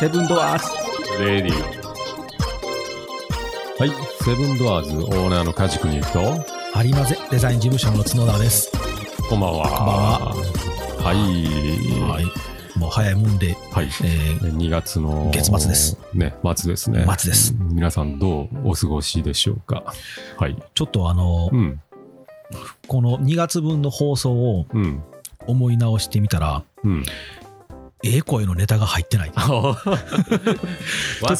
セブンドアーズ。レディはい、セブンドアーズオーナーの梶君と、有馬ぜデザイン事務所の角田です。こんばんは。こんばんは。い。はい。もう早いもんで、はい。えー2月の月末です。ね、末ですね。末です。皆さんどうお過ごしでしょうか。はい。ちょっとあの、うん、この2月分の放送をうん、思い直してみたら、 うん。ええ声のネタが入ってない。忘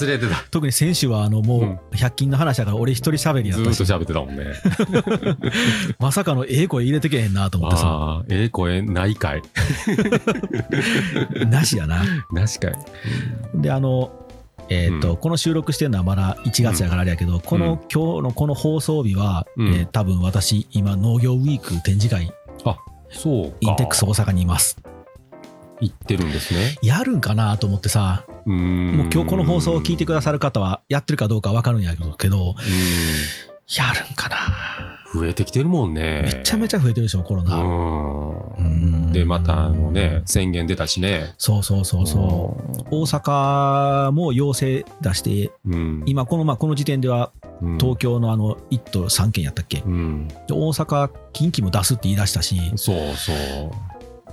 れてた。特に先週はあのうんもう100均の話だから俺一人喋りやずったーっし、と喋ってたもんね。まさかのええ声入れてけへんなと思ってさ、ああ、ええ声ないかい。なしやな。なしかい。で、あの、えーとうんこの収録してるのはまだ1月やからあれやけど、この、うん今日のこの放送日は、うんえー多分私今農業ウィーク展示会そうか。インテックス大阪にいます言ってるんですね。やるんかなと思ってさももう今日この放送を聞いてくださる。る方はやってるかどうかわかるんやけど、うやるんかな、ん増えてきてるもんね。めちゃめちゃ増えてるでしょ、コロナ。ううんん。で、またあのね、そ宣言出たしね。そうそうそうそう。大阪も要請出して、うん。うん、今この、まあ、この時点ではうん、東京のあの1都3県やったっけ、うん。で大阪、近畿も出すって言い出したし、そうそう。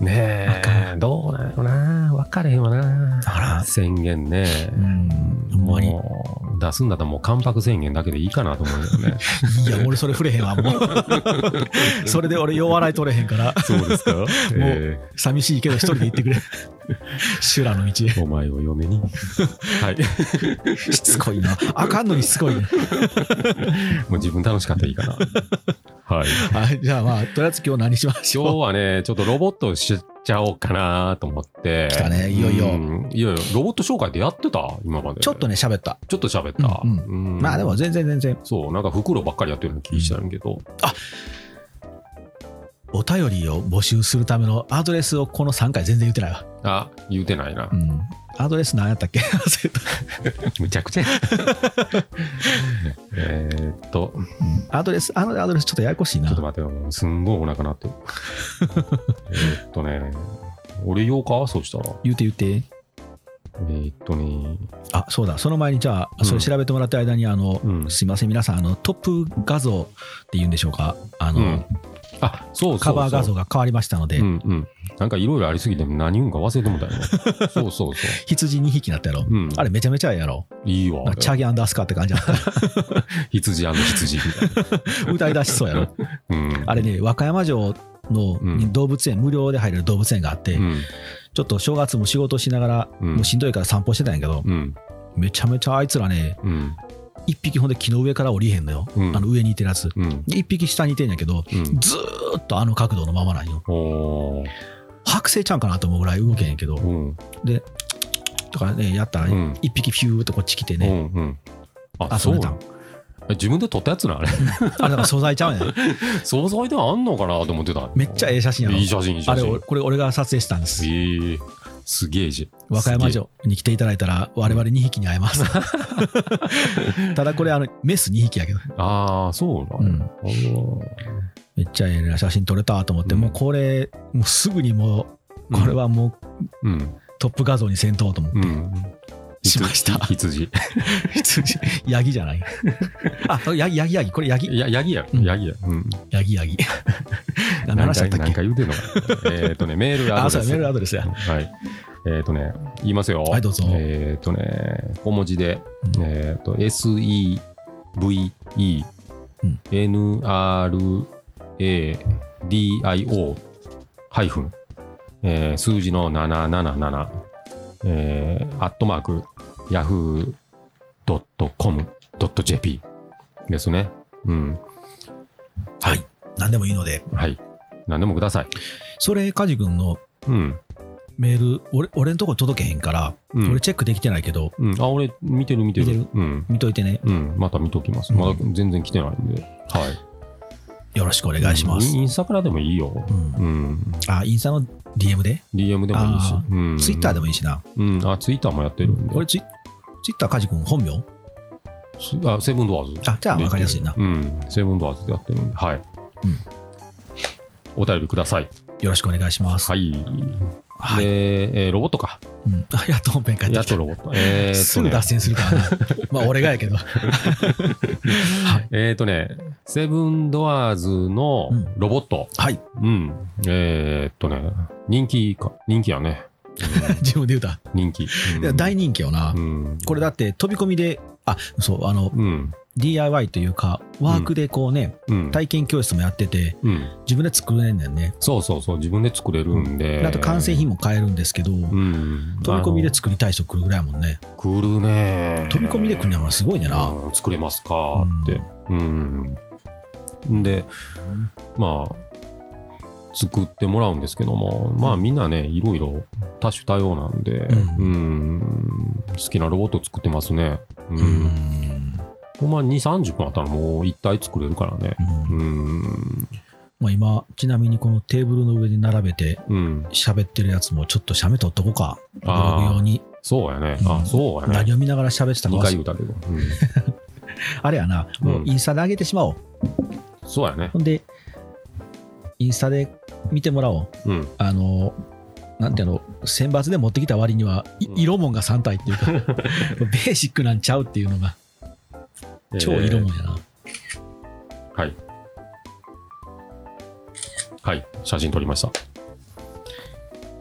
ねわかえ、どうなのな。分かれへんわな。だから宣言ね。うん、ほんまに、いもう出すんだったらもう関白宣言だけでいいかなと思うよ ね。や、俺それ触れへんわ、も う。それで俺、弱笑い取れへんから、そうですか。もう、寂しいけど、一人で行ってく れ。修羅の道へ。お前を嫁に。はい。しつこいな。あかんのにしつこいね。もう自分楽しかったらいいかな。はい。はい、じゃあまあ、とりあえず今日何しまし今日ょはね、ちょっとロボットをしちゃおうかなと思って。来たねいよいようんいよいよ、ロボット紹介でやってた今まで。う。ちょっとね、喋った。ちょっと喋った。うんうんまあでも。全然全然。そう、なんか袋ばっかりやってるの気にしてたんやけど。お便りを募集するためのアドレスをこの3回全然言ってないわ。あ、言う てないなう。ん。アドレス何やったっけ忘れたむちゃくちゃや。 えーっと、アドレス、あのアドレスちょっとややこしいな。ちょっと待ってよ。もうすんごいお腹鳴っ てる。えーっとね、俺用かそうしたら。言うて言うて。えーっとね、あ、そうだ。その前にじゃうあ、んそれ調べてもらってる間に、あの、うんすいません、皆さん、あの、トップ画像って言うんでしょうか。あの、うんあ、そうそうそう。カバー画像が変わりましたので、うんうん。なんかいろいろありすぎて何言うんか忘れてもたよね。 そうそうそ羊2匹になったやろ。う。うん。あれめちゃめちゃええやろ。いいわ。なんかチャギアンダースカーって感じや った。羊あの 羊みた歌いい出しそうやろ。な。うん。あれね、和歌山城のうん動物園、無料で入れる動物園があって、うん。ちょっと正月も仕事しながら、うんもうしんどいから散歩してたんやけど、うん。めちゃめちゃあいつらね、うん。一匹ほんで木の上から降りへんのよ、うんあの上にいてるやつ。うん。で一匹下にいてんやけど、うん。ずーっとあの角度のままなんよ。おー。剥製ちゃうんかなと思うぐらい動けへんけど、うん。とかね、やったらうねん。一匹ピューっとこっち来てうね、ん。うん。あ、遊そうんでなたんの。え自分で撮ったやつな、あれ。 あれだから素材ちゃうんやん。惣菜であんのかなと思ってた。めっちゃええ写真やろ。いい写真、いい写あれ、真お。これ俺が撮影したんです。ええ。すげえじゃん。和歌山城に来ていただいたら我々2匹に会えます ただこれあのメス2匹やけど、すげえ。ああ、そうなの。あーめっちゃええな写真撮れたと思って、うんもうこれもうすぐにもうこれ。はもううん。トップ画像にせんとうと思って、うん。しました羊。羊 ヤギじゃ ないあヤギヤギヤギこれヤギや、ヤギや。うんヤギや。うん。ヤギヤ ギ何の話だったっ何け回何回言うてんのかなえーっとね、メールアドあレス。そうやメールアドレスやはい。えっ、とね、言いますよ。はいどうぞえっ、とね、小文字で、うんえっ、と、SEVE、うん NRADIO、ハイフン、えー数字の777、えー、アットマーク、yahoo.com.jp ですね。うん。はい何でもいいのではい。何でもください。それ梶君のうん。メール俺俺のとこ届けへんから、うん俺チェックできてないけどうん、あ、俺、見てる見てる。見てるうん。見といてねうん、また見ときます。うんまだ全然来てないんで。はい。よろしくお願いします、インインスタからでもいいよ。うんうん。あインスタの DM で DM でもいいしあ。うん。ツイッターでももいいしな。うん。あ、ツイッターもやってるんで。俺ツイ、ツイッター、カジ君本名すあ、セブンドアーズ。あ、じゃあ分かりやすいな。うん。セブンドアーズでやってるんで。はい。うんお便りください。よろしくお願いします。はい。はい。で、えーロボットか。うん、 あやっと本編帰ってやきっとた。ロボット。えーっとね、すぐ脱線する からな。まあ、俺がやけど。 はい。えー、とね、セブンドアーズのうんロボット。はい。うん。えー、っとね、人気か、人気やね。自分で言うた。人気。いや大人人気よな。うん。これだって飛び込みで、あ、そう、あの、うん。 DIY というか、ワークでこうね、うん。体験教室もやってて、うん。自分で作れるんだよね。そうそうそう、自分で作れるんで。あと完成品も買えるんですけど、うん。飛び込みあでの作りたい人来るぐらいやもんね。来るね。飛び込みで来るのはすごいねな。うん作れますかって。うん。で、まあ、作ってもらうんですけども、まあみんなね、いろいろ多種多様なんで、ううん、好きなロボット作ってますね。うん。うーん。ほんま2、30分あったらもう一体作れるからね。うんうん。まあ、今、ちなみにこのテーブルの上に並べてうん。喋ってるやつもちょっと写メ撮っとこうか。ブロあーグ用に。そうやね。うあ、んそうやね。何を見ながら喋ってたか2回言忘うれたけど。うんあれやな、もうインスタで上げてしまおう。 そうやね。ほんで、インスタで見てもらおう。うん。あの、なんていうの、選抜で持ってきた割には、いうん色もんが3体っていう か、ベーシックなんちゃうっていうのが、超色もんやな。はい。はい、写真撮りました。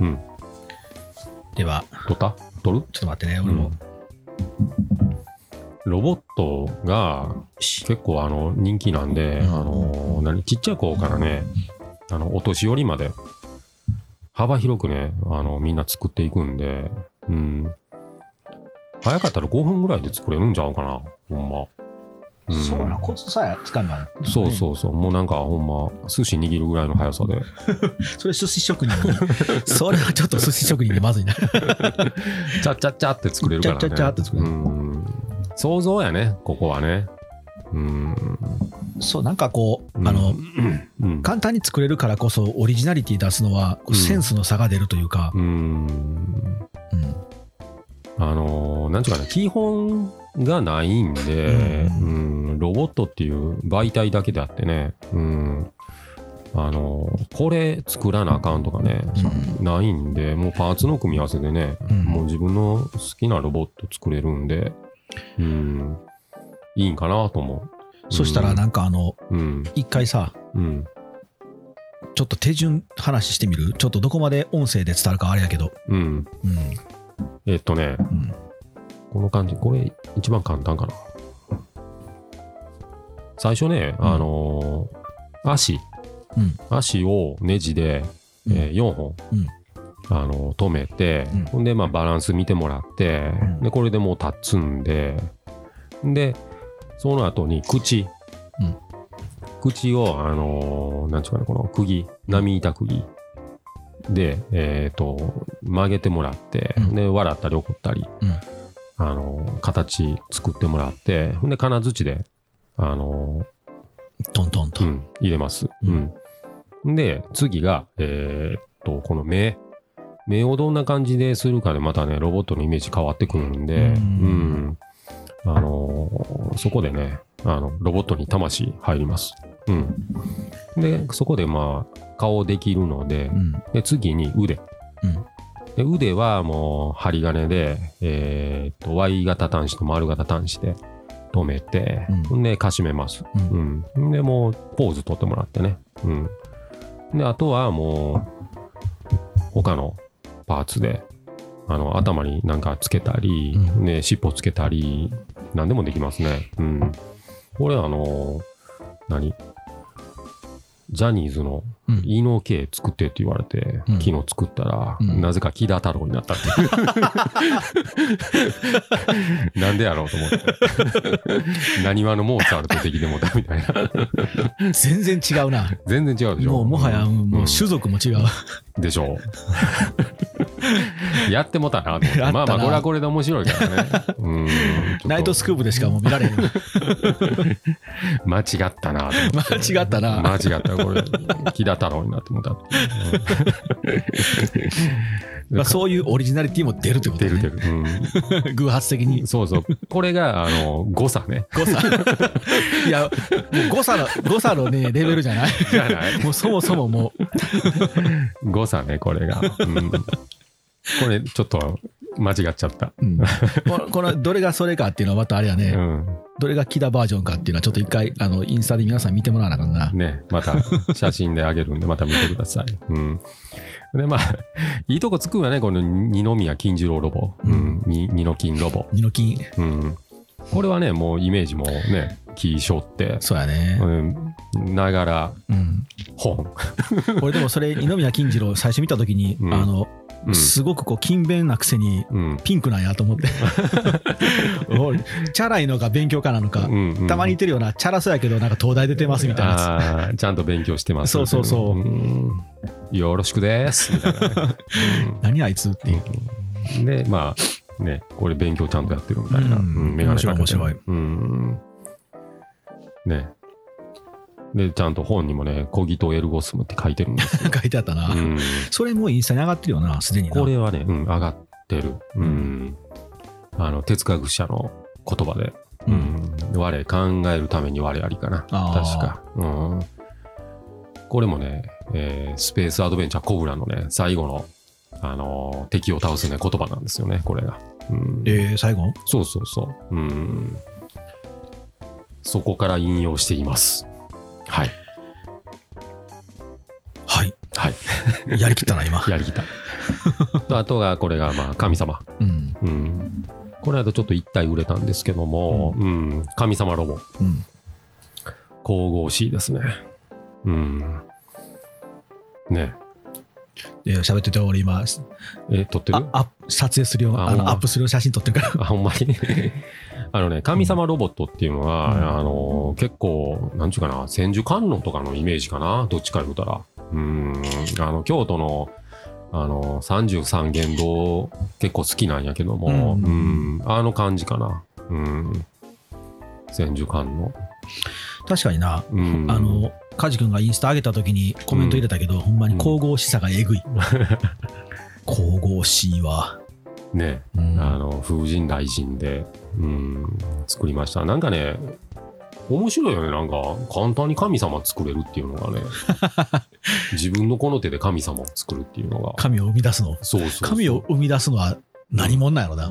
うん、では、撮った撮るちょっと待ってね、俺も。ロボットがし結構あの人気なんで、うんあの何ちっちゃい子からね、あのお年寄りまで幅広くねあのみんな作っていくんで、うん、早かったら5分ぐらいで作れるんちゃうかなほんま。んそうやな、コツさえつかんばねそうそうそう、もうなんかほんま寿司握るぐらいの速さでそれ寿司職人 にそれはちょっと寿司職人でまずいな。ちゃっちゃっちゃって作れるからね。ちゃっちゃっちゃって作れるうん想像やね、ここはね。うん。そう、なんかこう、うんあの、うん。簡単に作れるからこそオリジナリティ出すのは、こううんセンスの差が出るというか、うんうんあのー、なんちゅうかね、基本がないんで、ううん、ロボットっていう媒体だけであってね、うん。あのー、これ作らなあかんとかね、ないんで、もうパーツの組み合わせでね、うんもう自分の好きなロボット作れるんで、うん、いいんかなと思う。そしたら、な、なんかあの、うん、一回さ、うん、ちょっと手順話してみるちょっとどこまで音声で伝わるかあれやけど。ううん。ん。えっとね、うんこの感じ、これ一番簡単かな。最初ね、うんあのー足、うん足をネジで、うんえー4本、うんあのー止めて、うんほんで、まあ、バランス見てもらって、うんでこれでもう立つんで、で、その後に口。うん口を、あのーなんちゅうかね、この釘、波板釘で、えっ、と、曲げてもらって、うんで、笑ったり怒ったり、うんあのー形作ってもらって、ほんで、金槌で、あのトントンと。ーうん、入れます。うんうん。で、次が、えっと、この目。目をどんな感じでするかで、またね、ロボットのイメージ変わってくるんで、ううんん。あのーそこでね、あの、ロボットに魂入ります。うん。で、そこで、まあ、顔できるのでう、ん。で、次に腕。うん。で腕はもう針金で、えーっと Y 型端子と丸型端子で止めて、うでかしめます、ううんでもうポーズ取ってもらってね、うん、であとはもう他のパーツであの頭になんかつけたり、うんね、尻尾つけたり何でもできますね、うん、これあの何ジャニーズのうんイノケ作ってって言われて、うん昨日作ったら、うんなぜか木田太郎になったってい う。なんでやろうと思って。何話のモーツァルト的でもだみたいな。全然違うな。全然違うでしょ。もうもはや、んもううん種族も違う。でしょう。やってもたなと思って。やったなまあまあ、これはこれで面白いからね。うん。ちょっとナイトスクープでしかもう見られへん。間違ったなと思って間違ったな間違った。これ、木田太郎になってもうたっていう。まあ、そういうオリジナリティも出るってこと出ね。る出る。う偶発的にん。。そうそう。これが、あの、誤差ね。誤 差。いや、もう誤差の、誤差のね、レベルじゃない。じゃないもうそもそももう、誤差ね、これが。うん、これ、ちょっと、間違っちゃった。うん ここの、どれがそれかっていうのはまたあれやね、うん。どれがキダバージョンかっていうのはちょっと一回、あの、インスタで皆さん見てもらわなあかんな。ね、また、写真であげるんで、また見てください。うん。で、まあ、いいとこつくんはね、この二宮金次郎ロボ。うん。に二の金ロボ。二の金、うん。これはね、もうイメージもね、気象って、そうやね。うん、ながらうん。本。俺でも それ、二宮金次郎最初見たときに、うんあの、うんすごくこう、勤勉なくせに、うん。ピンクなんやと思っ て。おいチャラいのか勉強家なのか、うんうん たまに言ってるような、チャラそうやけど、なんか東大出てますみたいなやつ。あーちゃんと勉強してますそうそうそううんよろしくですみたいなね、何あいつっていう。うんでまあねこれ勉強ちゃんとやってるみたいな、うんうんメガネかけて面白い面白いうんねでちゃんと本にもね「コギとエルゴスム」って書いてるんですよ、書いてあったな。うんそれもうインスタに上がってるよな、すでにな。これはね、うん、上がってる、うん、あの哲学者の言葉でう。うんん、我考えるために我ありかな確あーか、うん、これもね、えースペースアドベンチャーコブラのね最後の、あのー敵を倒すね言葉なんですよねこれが、うん、えー、最後そうそうそう、うん、そこから引用していますはいはい。はいやりきったな、今。やりきった とあとがこれがまあ神様、 うん。うん、この間ちょっと1体売れたんですけども、うん、神様ロボうん。神々しいですね。うん。ねえー喋ってて、俺今、え、撮ってるああアップ撮影するようああほんまのアップするような写真撮ってるから ほんまにあのね、神様ロボットっていうのは、うんあの、結構、なんちゅうかな、千手観音とかのイメージかな、どっちか言うたら。うん、あの、京都の、あの、33元堂、結構好きなんやけども、ううんん、あの感じかな。うん。千手観音。確かにな、うん。あ、の梶君がインスタ上げた時にコメント入れたけど、ほんまに神々しさがえぐい神々しいわ、ねうんあの風神雷神で、うん、作りましたなんかね面白いよねなんか簡単に神様作れるっていう のがね自分のこの手で神様を作るっていうのが神を生み出すのそうそうそう神を、生み出すのは何者なんやろな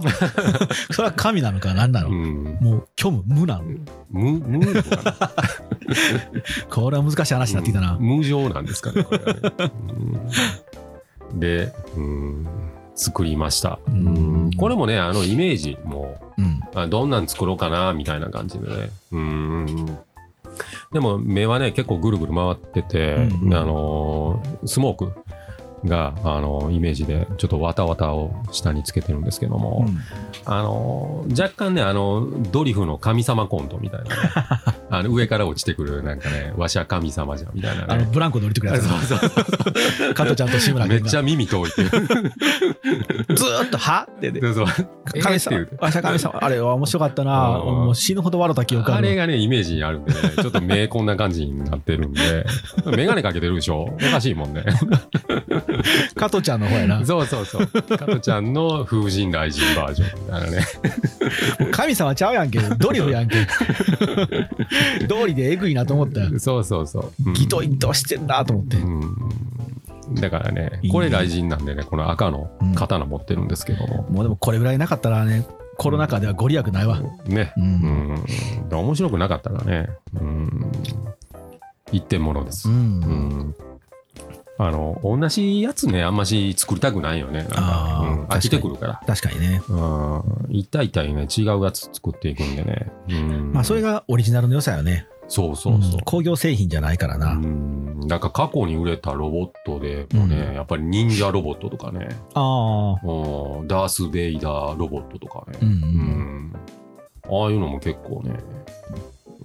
それは神なのか何なの、うん、もう虚無無なの無無とかなこれは難しい話になってきたな、うん無常なんですかねこれがねうんで、うん、作りました、うんうんこれもねあのイメージもうんあどんなん作ろうかなみたいな感じでね。うんでも目はね結構ぐるぐる回ってて、うんうんあのースモークが、あのーイメージでちょっとわたわたを下につけてるんですけども、あのー若干ねあのドリフの神様コントみたいなね、 あの上から落ちてくるなんかねわしは神様じゃみたいなあのね。ブランコで降りてくるやつそうそ う加トちゃんと志村め君っちがゃ耳遠いっ ていう。ずーっと「は?」ってで そうそう神え様ーっていうあ神 様あれは面白かったなうんもう死ぬほど笑った記憶ああるれがね、イメージに あるんでね、ちょっと目こんな感じになってるんで、メガネかけてるでしょおかしいもんね。加トちゃんの方やな そうそうそう。加トちゃんの風神雷神バージョンみたいなね。神様ちゃうやんけドリフやん け道理でえぐいなと思ったよそうそうそう。うんギトギトしてんなと思ってうんだからねいい、ねこれ雷神なんでね、この赤の刀持ってるんですけども。もうでもこれぐらいなかったらねコロナ禍ではご利益ないわね。ううんん。面白くなかったらね、うん。一点ものですう。ん、うんあの、同じやつね、あんまし作りたくないよね。なんかあーうん飽きてくるから。確かにねうん、一体一体ね、違うやつ作っていくんでね。うん、まあそれがオリジナルの良さよねそうそうそううん。工業製品じゃないからな、うん、なんか過去に売れたロボットでもね、うんやっぱり忍者ロボットとかね、ああうん、ダース・ベイダーロボットとかうんうね、うんああいうのも結構ね、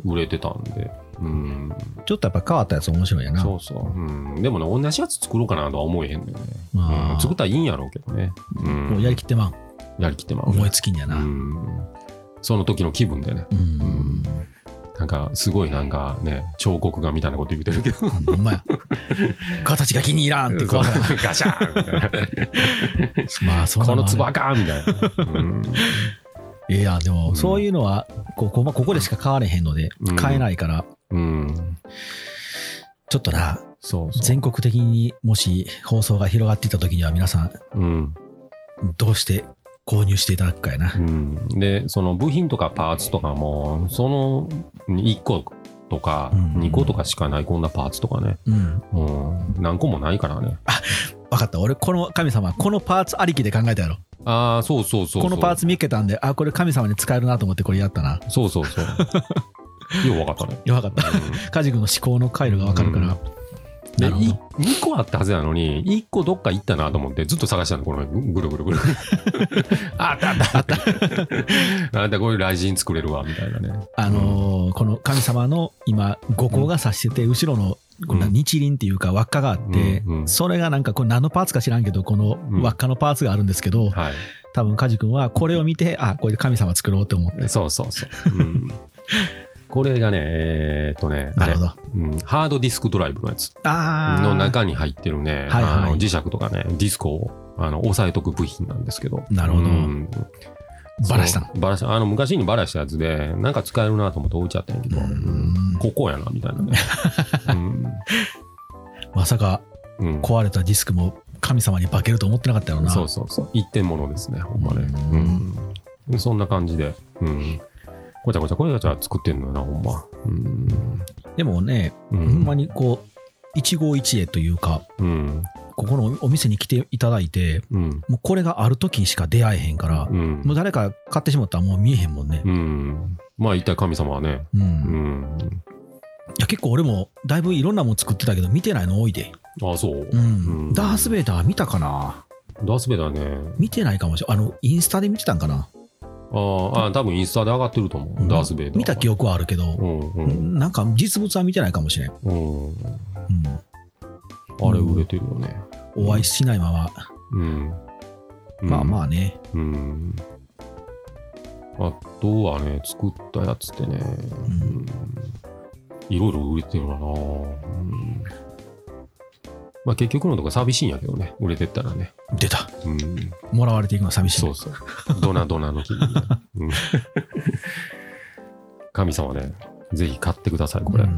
売れてたんで、うん、ちょっとやっぱ変わったやつ面白いやなそうそう、うん、でもね、同じやつ作ろうかなとは思えへんのよね、まあうん、作ったらいいんやろうけどね、うん、もうやりきってまんやりきってまうね思いつきんやなうん、その時の気分でね、うん、んなんかすごいなんかね彫刻画みたいなこと言ってるけどほんまや。形が気に入らんって怖い。ガシャーンみたいなまあ、そんなこんものあるつばかみたいな、うんいや、でうも、んそういうのは、ここ、まあここでしか買われへんのでう、ん買えないから、うん、ちょっとな、そうそう全国的にもし放送が広がっていった時には皆さん、うんどうして購入していただくかやなう。ん、でその部品とかパーツとかもその1個とかうん2個とかしかないこんなパーツとかね、うん。うん、何個もないからね分かった。俺、この神様、このパーツありきで考えたやろ。ああそうそうそうそうこのパーツ見っけたんで、あ、これ神様に使えるなと思ってこれやったな。そうそうそうよう分かったね、よかった。うんカジ君の思考の回路が分かるから。なで、るほど2個あったはずなのに、1個どっか行ったなと思って、ずっと探したの、この辺、ぐるぐるぐるぐる。 ああったあったあった。あんたこういう雷神作れるわ、みたいなね。あのーこの神様の今、五光が指してて、後ろのこんなうん日輪っていうか輪っかがあって、うんうんそれがなんかこれ何のパーツか知らんけど、このうん輪っかのパーツがあるんですけど、はい。多分カジ君はこれを見て、あ、これで神様作ろうって思って。そうそうそう。うんこれがね、えーっとね、あなるれほど。うん、ハードディスクドライブのやつああ。の中に入ってるね、はいはいあの磁石とかね、ディスクをあの押さえとく部品なんですけど。なるほどうんバラしたのそうバラした。あの、昔にバラしたやつで、なんか使えるなと思って置いちゃったんやけうど、んここやな、みたいなね。 まさかうんうん壊れたディスクも神様に化けると思ってなかったよな。そうそうそう。一点物ですね、ほんまね。うんそんな感じで、うん。ごちゃごちゃごちゃごちゃ作ってんのよな、ほんま。うん。でもね、うほんまに。にこう、一期一会というか、うん。ここのお店に来ていただいて、うん。もうこれがある時しか出会えへんから、うん。もう誰か買ってしまったらもう見えへんもんね。うん。まあ、一体神様はね、うん。うん。いや、結構俺もだいぶいろんなもん作ってたけど、見てないの多いで。ああ、そうう。うんん。ダースベイダー見たかなダースベイダーね、見てないかもしれない。あの、インスタで見てたんかなあーあー、多分インスタで上がってると思う、ダースベイダーは。見た記憶はあるけどう、んう。うんんなんか実物は見てないかもしれん。うん。うん。あれ売れてるよね。お会いしないまま、うん。まああまあね。うん。あとはね、作ったやつってね、うんいろいろ売れてるかな、うんまあ結局のとこ寂しいんやけどね、売れてったらね。出た。うん、もらわれていくのは寂しい。そうそう。ドナドナの日にね、うん神様ね、ぜひ買ってください、これ。うんう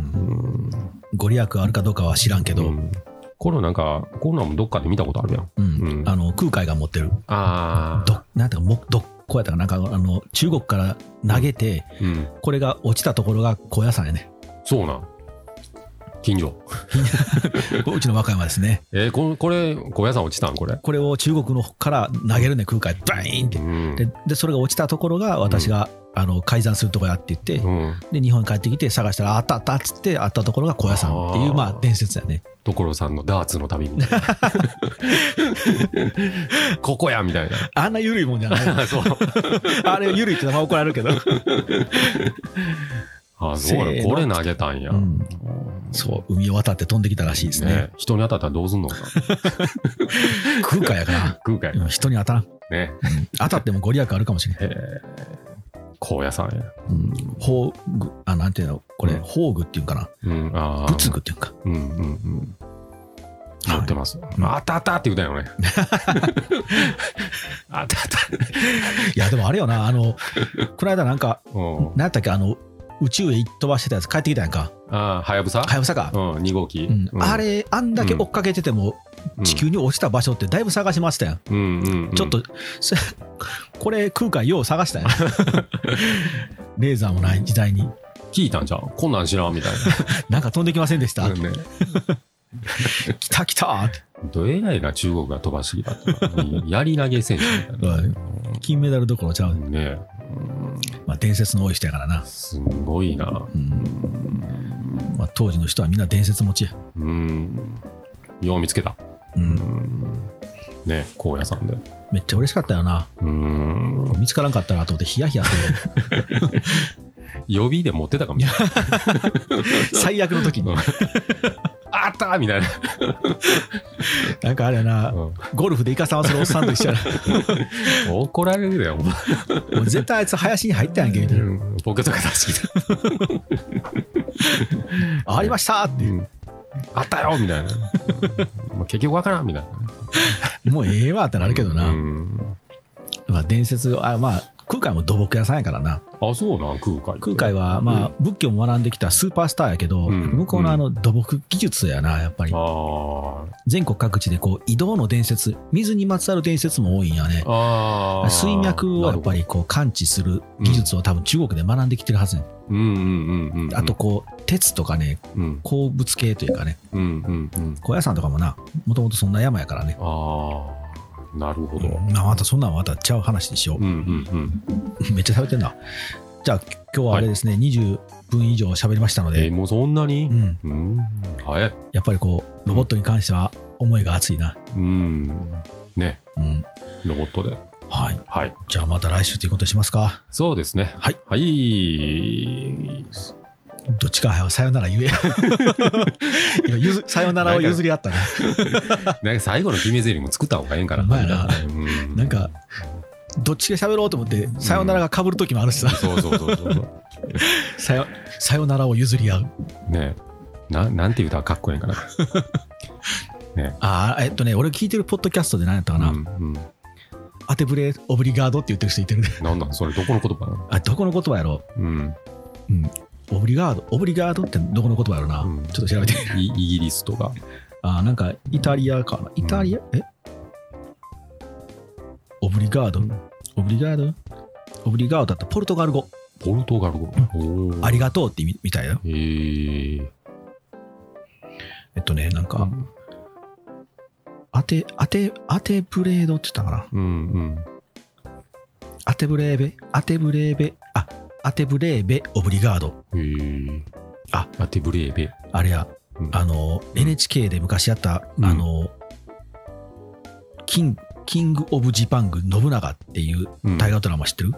んご利益あるかどうかは知らんけど、ううんんこれなんか、コロナもどっかで見たことあるやん。うんあの空海が持ってる、ああ。どなんていうか、もどこうやったかな、なんかあの中国から投げて、うん。これが落ちたところが高野山やね、そうなん。近所。うちの和歌山ですね、えーここれ、小屋さん落ちたんこれ。これを中国の方から投げるね、空海、バイーンっうて。ん。ででそれが落ちたところが私が、あの改ざんするとこやって言って、うん。で日本に帰ってきて探したらあったあったっつってあったところが高野山っていあーうまあ伝説やね所さんのダーツの旅みたい な。ここやみたいな。あんな緩いもんじゃない そう。 あれ緩いって名前怒られるけど、あ、そうせや。ーのこれ投げたんや。うんそう海を渡って飛んできたらしいですねね人に当たったらどうすんのかな。空海やから空海。うん人に当たらんね。当たってもご利益あるかもしれ ない。えー高野山や。うん、宝具あなんていうのこれうん宝具っていうんかなうん。ああ。仏具っていうかうんうんうん。はい持ってます。あったあったって言うたよ ね。あったあった。いやでもあれよなあのこの間なんかうん。何やったっけあの宇宙へ飛ばしてたやつ帰ってきたやんかああ、はやぶさはやぶさか、うん、2号機。うんうんあ、れあんだけ追っかけてても、うん地球に落ちた場所ってだいぶ探しましたやん、うんうんうんちょっとそ これ空海よう探 したやんレーザーもない時代に聞いたんじゃんこんなん知らんみたいなんか飛んできませんでした、 な。ね、来た来たってどえらいが中国が飛ばしてきたっていうかやり投げ選手みたい金メダルどころちゃう、な。ねうんまあ、伝説の多い人やからなすごいな。うんまあ、当時の人はみんな伝説持ちや、うん。よう見つけた。うん、ね高野山で。めっちゃ嬉しかったよなうん。見つからんかったなと思ってヒヤヒヤ す予備で持ってたかもしれない。る最悪の時にあったみたいな。なんかあれやなうんゴルフでイカさんはそのおっさんと一緒や怒られるだよ、お前なもう絶対あいつ林に入ったやんけみたいなポケットから出してきた。ありましたっていううんあったよみたいな。まあ結局わからんみたいな。もうええわってなるけどな、うんまあ、伝説あまあ空海も土木屋さんやからなあ、そうなん、空海。空海はまあ仏教も学んできたスーパースターやけど、うん向こうのあの土木技術やなやっぱりあ全国各地でこう移動の伝説水にまつわる伝説も多いんやねあ。ああ。水脈をやっぱりこう感知する技術を多分中国で学んできてるはずやね、なるほど。うんうんうんうん。あと、こう鉄とかねうん鉱物系というかねうんうんうん。高野山とかもなもともとそんな山やからね、ああ、なるほど。まあ、またそんなんまたちゃう話でしょうんうんうん。う めっちゃ喋ってんなじゃあ今日はあれですね、20分以上喋りましたのえで、ー、もうそんなにうん、うん。早い。やっぱりこうロボットに関しては思いが熱いな、うん。ね、うんロボットで。はい、はい。じゃあまた来週ということにしますかそうですね。はい。はい。どっちかはよさよ なら言え今ゆずさよならを譲り合ったねなんか最後の決め台詞も作った方がええんから。ほんまやなうんなんか、どっちで喋ろうと思って、さよならが被る時もあるしさ、そうそうそう そう。さよさよならを譲り合う。ねな、なんて言うたらかっこええんかな。ああ、えっとね、俺聞いてるポッドキャストで何やったかな、うんうん。アテブレオブリガードって言ってる人いてるね。なんなん、それどこの言葉なのあ、どこの言葉やろうん。うん。オブリガード、オブリガードってどこの言葉やろな、うんちょっと調べ て。イイギリスとか。あーなんか、イタリアかな。イタリア、えオブリガード、オブリガードオブリガードだったらポルトガル語。ポルトガル語。おーありがとうって意味みたいな。えー。えっとね、なんか、アテ、アテ、アテブレードって言ったかな。うんうん。アテブレーベ、アテブレーベ、あ、アテブレーベ、オブリガード。えー。あ、アテブレーベ。あれや、うんあの、ん NHK で昔やった、うんあの、キン、キング・オブ・ジパング、信長っていううん大河ドラマ知ってる、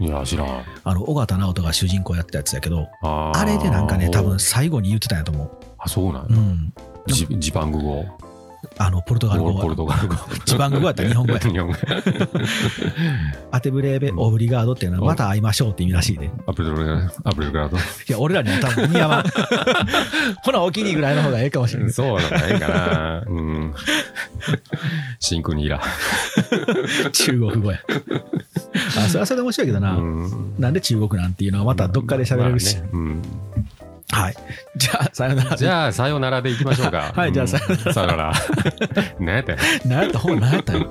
いや、知らん。あの、尾形直人が主人公やってたやつやけど、あーあれでなんかね、多分。最後に言ってたんやと思う。あ、そうなんうや。ん。ジジパング語。あの、ポルトガル語ポルトは、ガル語。ジパング語やった ら日本語や。日本語や。アテブレーベ、オブリガードっていうのは、また会いましょうって意味らしいね。アプリルガル、アプリルガルド。いや、俺らには多分似合 わん。ほな、お気に入りぐらいの方がええかもしれない。そうなんないかな。 うん。シンクニーラ。中国語や。あそれはそれで面白いけどな、うんなんで中国なんていうのはまたどっかで喋れるし、まあねうんはい。じゃあ、さよなら。じゃあ、さよならでいきましょう か。はいじゃあうんさよ さよなら。ねえって。何やった、ほんま何やったんや